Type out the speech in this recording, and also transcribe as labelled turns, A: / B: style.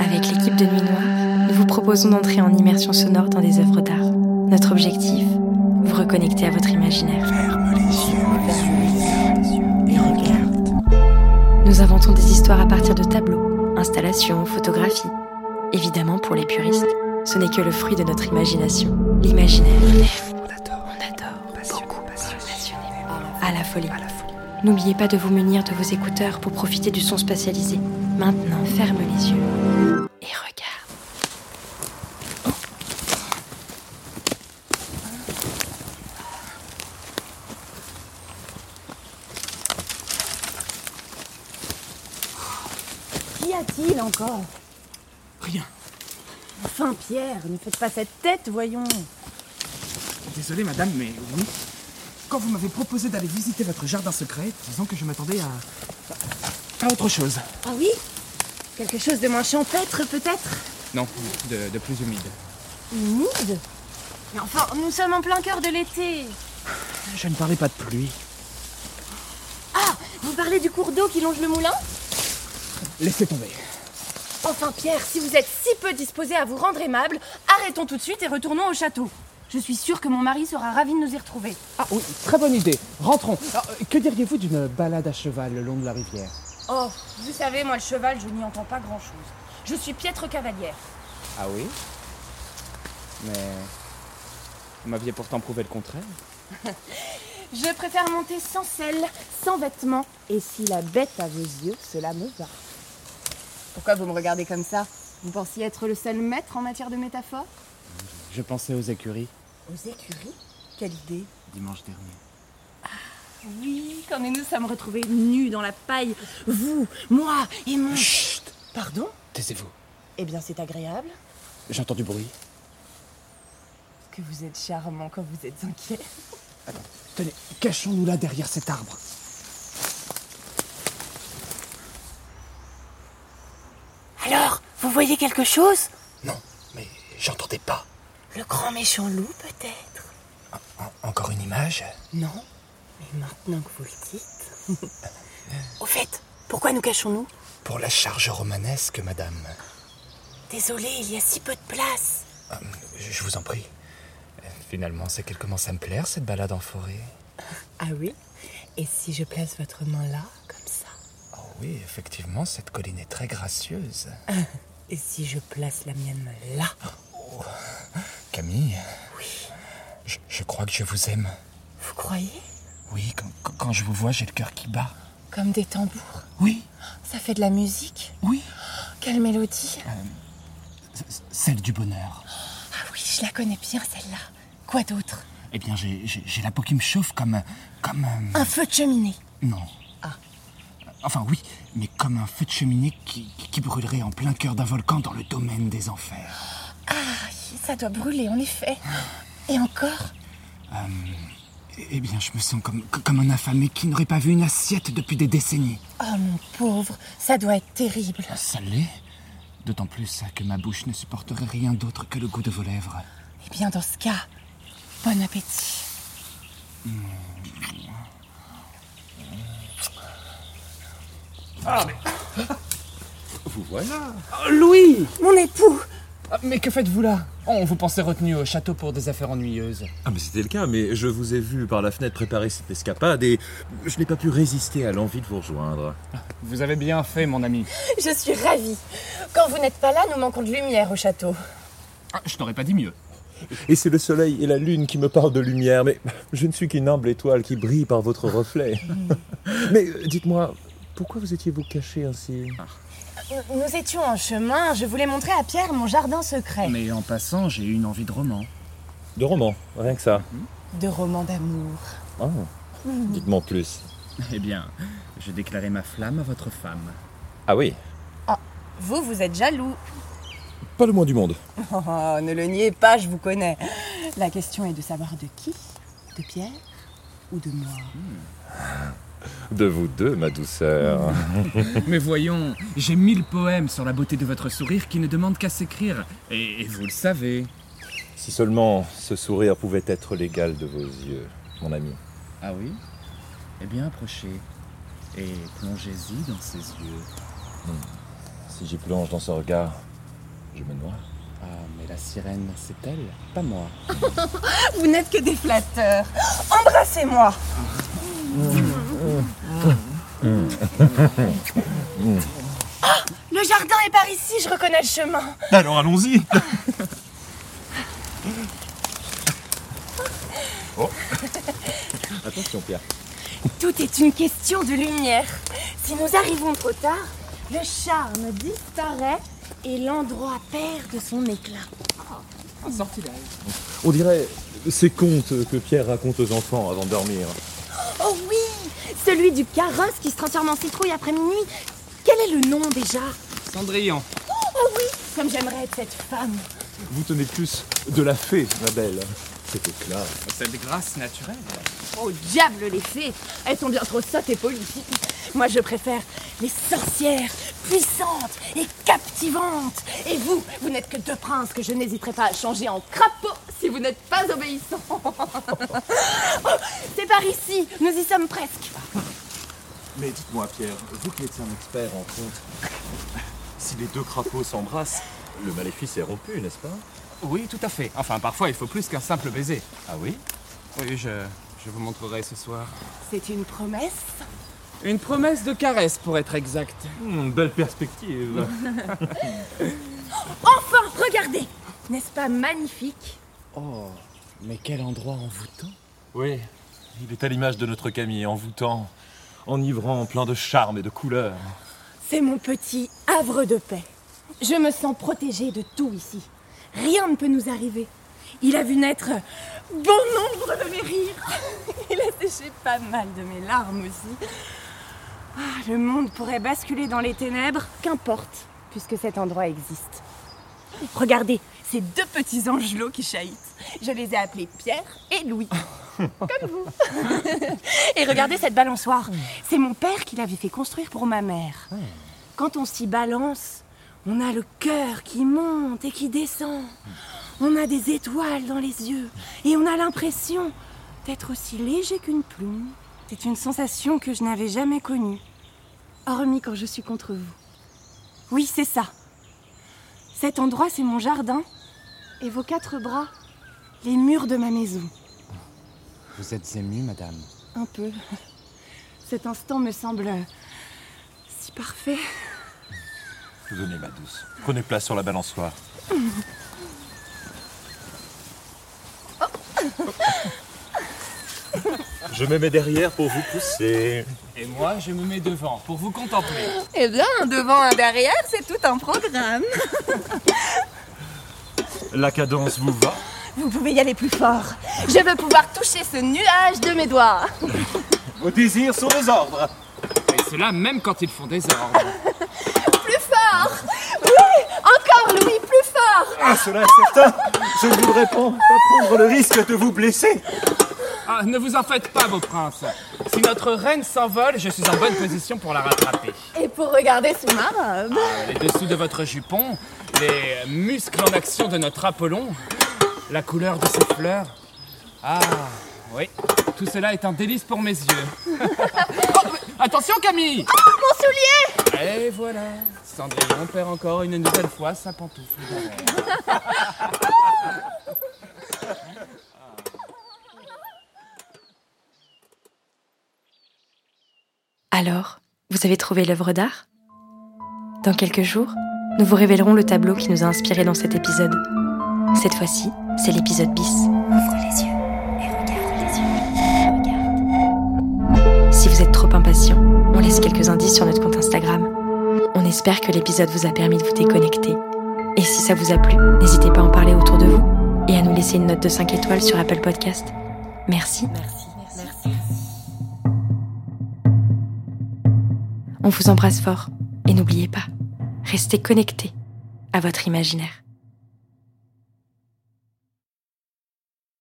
A: Avec l'équipe de Nuit Noire, nous vous proposons d'entrer en immersion sonore dans des œuvres d'art. Notre objectif vous reconnecter à votre imaginaire.
B: Ferme les yeux et regarde.
A: Nous inventons des histoires à partir de tableaux, installations, photographies. Évidemment, pour les puristes, ce n'est que le fruit de notre imagination. L'imaginaire,
B: On adore,
A: on adore
B: passionné, passionné,
A: passionnément à la folie.
B: à la folie.
A: N'oubliez pas de vous munir de vos écouteurs pour profiter du son spatialisé. Maintenant, ferme les yeux et regarde.
C: Qu'y a-t-il encore
D: Rien.
C: Enfin, Pierre, ne faites pas cette tête, voyons.
D: Désolé madame, mais oui. Quand vous m'avez proposé d'aller visiter votre jardin secret, disons que je m'attendais à... à autre chose.
C: Ah oui Quelque chose de moins champêtre, peut-être
D: Non, de, de plus humide.
C: Humide Mais enfin, nous sommes en plein cœur de l'été.
D: Je ne parlais pas de pluie.
C: Ah Vous parlez du cours d'eau qui longe le moulin
D: Laissez tomber.
C: Enfin, Pierre, si vous êtes si peu disposé à vous rendre aimable, arrêtons tout de suite et retournons au château. Je suis sûre que mon mari sera ravi de nous y retrouver.
D: Ah oui, très bonne idée. Rentrons. Alors, Euh, que diriez-vous d'une balade à cheval le long de la rivière
C: Oh, vous savez, moi, le cheval, je n'y entends pas grand-chose. Je suis piètre cavalière.
D: Ah oui Mais... Vous m'aviez pourtant prouvé le contraire.
C: Je préfère monter sans selle, sans vêtements. Et si la bête a vos yeux, cela me va. Pourquoi vous me regardez comme ça Vous pensiez être le seul maître en matière de métaphore
D: Je pensais aux écuries.
C: Aux écuries Quelle idée
D: Dimanche dernier.
C: Oui, quand nous sommes retrouvés nus dans la paille, vous, moi et mon...
D: Chut
C: Pardon
D: Taisez-vous.
C: Eh bien, c'est agréable.
D: J'entends du bruit.
C: Que vous êtes charmant quand vous êtes inquiet.
D: Tenez, cachons-nous là derrière cet arbre.
C: Alors, vous voyez quelque chose
D: Non, mais j'entendais pas.
C: Le grand méchant loup, peut-être
D: encore une image
C: Non, mais maintenant que vous le dites. Au fait, pourquoi nous cachons-nous
D: Pour la charge romanesque, madame.
C: Désolé, il y a si peu de place.
D: Je vous en prie. Finalement, c'est qu'elle commence à me plaire, cette balade en forêt.
C: Ah oui Et si je place votre main là, comme ça
D: Oh oui, effectivement, cette colline est très gracieuse.
C: Et si je place la mienne là
D: Camille Oui. Je, je crois que je vous aime.
C: Vous croyez
D: Oui, quand, quand- quand je vous vois, j'ai le cœur qui bat.
C: Comme des tambours
D: Oui,
C: Ça fait de la musique
D: oui.
C: Quelle mélodie
D: c- c- Celle du bonheur.
C: Ah oui, je la connais bien celle-là. Quoi d'autre
D: Eh bien, j'ai- j'ai j'ai la peau qui me chauffe comme. comme. euh,
C: Un feu de cheminée.
D: Non.
C: Ah.
D: Enfin, oui, mais comme un feu de cheminée qui, qui brûlerait en plein cœur d'un volcan dans le domaine des enfers.
C: Ah, ça doit brûler en effet. Et encore
D: Eh bien, je me sens comme, comme un affamé qui n'aurait pas vu une assiette depuis des décennies.
C: Oh mon pauvre, ça doit être terrible.
D: Ça l'est D'autant plus que ma bouche ne supporterait rien d'autre que le goût de vos lèvres.
C: Eh bien, dans ce cas, bon appétit.
D: Vous voilà
E: Louis
C: Mon époux
D: Ah, Mais que faites-vous là On vous pensait retenu au château pour des affaires ennuyeuses.
E: Ah mais c'était le cas, mais je vous ai vu par la fenêtre préparer cette escapade et je n'ai pas pu résister à l'envie de vous rejoindre.
D: Vous avez bien fait, mon ami.
C: Je suis ravie. Quand vous n'êtes pas là, nous manquons de lumière au château.
D: Ah, je t'aurais pas dit mieux.
E: Et c'est le soleil et la lune qui me parlent de lumière, mais je ne suis qu'une humble étoile qui brille par votre reflet. mais euh, dites-moi, pourquoi vous étiez-vous caché ainsi
C: Nous, nous étions en chemin, je voulais montrer à Pierre mon jardin secret.
D: Mais en passant, j'ai eu une envie de roman.
E: De roman, rien que ça.
C: De romans d'amour.
E: Ah,
D: Mm.
E: Dites-moi en plus.
D: Eh bien, je déclarais ma flamme à votre femme.
E: Ah oui
C: Vous, vous êtes jaloux.
E: Pas le moins du monde.
C: Oh, ne le niez pas, je vous connais. La question est de savoir de qui De Pierre ou de moi
E: De vous deux, ma douceur.
D: Mais voyons, j'ai mille poèmes sur la beauté de votre sourire qui ne demandent qu'à s'écrire. Et, et vous le savez.
E: Si seulement ce sourire pouvait être l'égal de vos yeux, mon ami.
D: Ah oui Eh bien, approchez. Et plongez-y dans ses yeux.
E: Si j'y plonge dans ce regard, je me noie.
D: Ah, mais la sirène, c'est elle, pas moi.
C: Ah, Vous n'êtes que des flatteurs. Embrassez-moi. Ah, Le jardin est par ici, je reconnais le chemin.
E: Alors allons-y Oh. Attention Pierre.
C: Tout est une question de lumière. Si nous arrivons trop tard, le charme disparaît et l'endroit perd de son éclat.
D: Un Ah, sortilège.
E: On dirait ces contes que Pierre raconte aux enfants avant de dormir.
C: Oh oui Celui du carrosse qui se transforme en citrouille après minuit. Quel est le nom déjà
D: Cendrillon.
C: Oh oui Comme j'aimerais être cette femme.
E: Vous tenez plus de la fée, ma belle. Cet éclat.
D: Cette grâce naturelle.
C: Oh diable les fées Elles sont bien trop sottes et polies. Moi je préfère les sorcières, puissantes et captivantes. Et vous, vous n'êtes que deux princes que je n'hésiterai pas à changer en crapaud si vous n'êtes pas obéissant. Oh, C'est par ici, nous y sommes presque.
E: Mais dites-moi Pierre, vous qui êtes un expert en contes, si les deux crapauds s'embrassent, le maléfice est rompu, n'est-ce pas
D: Oui, tout à fait. Enfin, parfois, il faut plus qu'un simple baiser.
E: Ah oui
D: Oui, je, je vous montrerai ce soir.
C: C'est une promesse
D: Une promesse de caresse, pour être exact.
E: Belle perspective.
C: Enfin, regardez N'est-ce pas magnifique
D: Oh, mais quel endroit envoûtant.
E: Oui, il est à l'image de notre Camille, envoûtant, enivrant, plein de charme et de couleurs.
C: C'est mon petit havre de paix. Je me sens protégée de tout ici. Rien ne peut nous arriver. Il a vu naître bon nombre de mes rires. Il a séché pas mal de mes larmes aussi. Ah, le monde pourrait basculer dans les ténèbres, qu'importe, puisque cet endroit existe. Regardez, ces deux petits angelots qui jaillissent. Je les ai appelés Pierre et Louis. Comme vous. et regardez cette balançoire. C'est mon père qui l'avait fait construire pour ma mère. Quand on s'y balance, on a le cœur qui monte et qui descend. On a des étoiles dans les yeux et on a l'impression d'être aussi léger qu'une plume. C'est une sensation que je n'avais jamais connue, hormis quand je suis contre vous. Oui, c'est ça. Cet endroit, c'est mon jardin et vos quatre bras, les murs de ma maison.
D: Vous êtes émue, madame.
C: Un peu. Cet instant me semble si parfait.
E: Venez, ma douce, prenez place sur la balançoire. Je me mets derrière pour vous pousser.
D: Et moi, je me mets devant pour vous contempler.
F: Eh bien, un devant, un derrière, c'est tout un programme.
E: La cadence vous va
F: Vous pouvez y aller plus fort. Je veux pouvoir toucher ce nuage de mes doigts.
E: Vos désirs sont vos ordres.
D: Et cela même quand ils font des ordres.
F: Plus fort Oui Encore, Louis, plus fort
E: Ah, cela est certain. Je ne voudrais pas, pas prendre le risque de vous blesser.
D: Ah, ne vous en faites pas, beau prince. Si notre reine s'envole, je suis en bonne position pour la rattraper. Ah,
F: Et pour regarder sous ma robe.
D: Les dessous de votre jupon, les muscles en action de notre Apollon, la couleur de ses fleurs. Ah, oui, tout cela est un délice pour mes yeux. Oh, mais- attention, Camille
F: Mon
D: Et voilà, Cendrillon perd encore une nouvelle fois sa pantoufle. d'oreille.
A: Alors, vous avez trouvé l'œuvre d'art Dans quelques jours, nous vous révélerons le tableau qui nous a inspiré dans cet épisode. Cette fois-ci, c'est l'épisode bis.
B: Ouvre les yeux et regarde les yeux. Regarde.
A: Si vous êtes trop impatient, on laisse quelques indices sur notre compte Instagram. On espère que l'épisode vous a permis de vous déconnecter. Et si ça vous a plu, n'hésitez pas à en parler autour de vous et à nous laisser une note de 5 étoiles sur Apple Podcast. Merci. On vous embrasse fort et n'oubliez pas, restez connectés à votre imaginaire.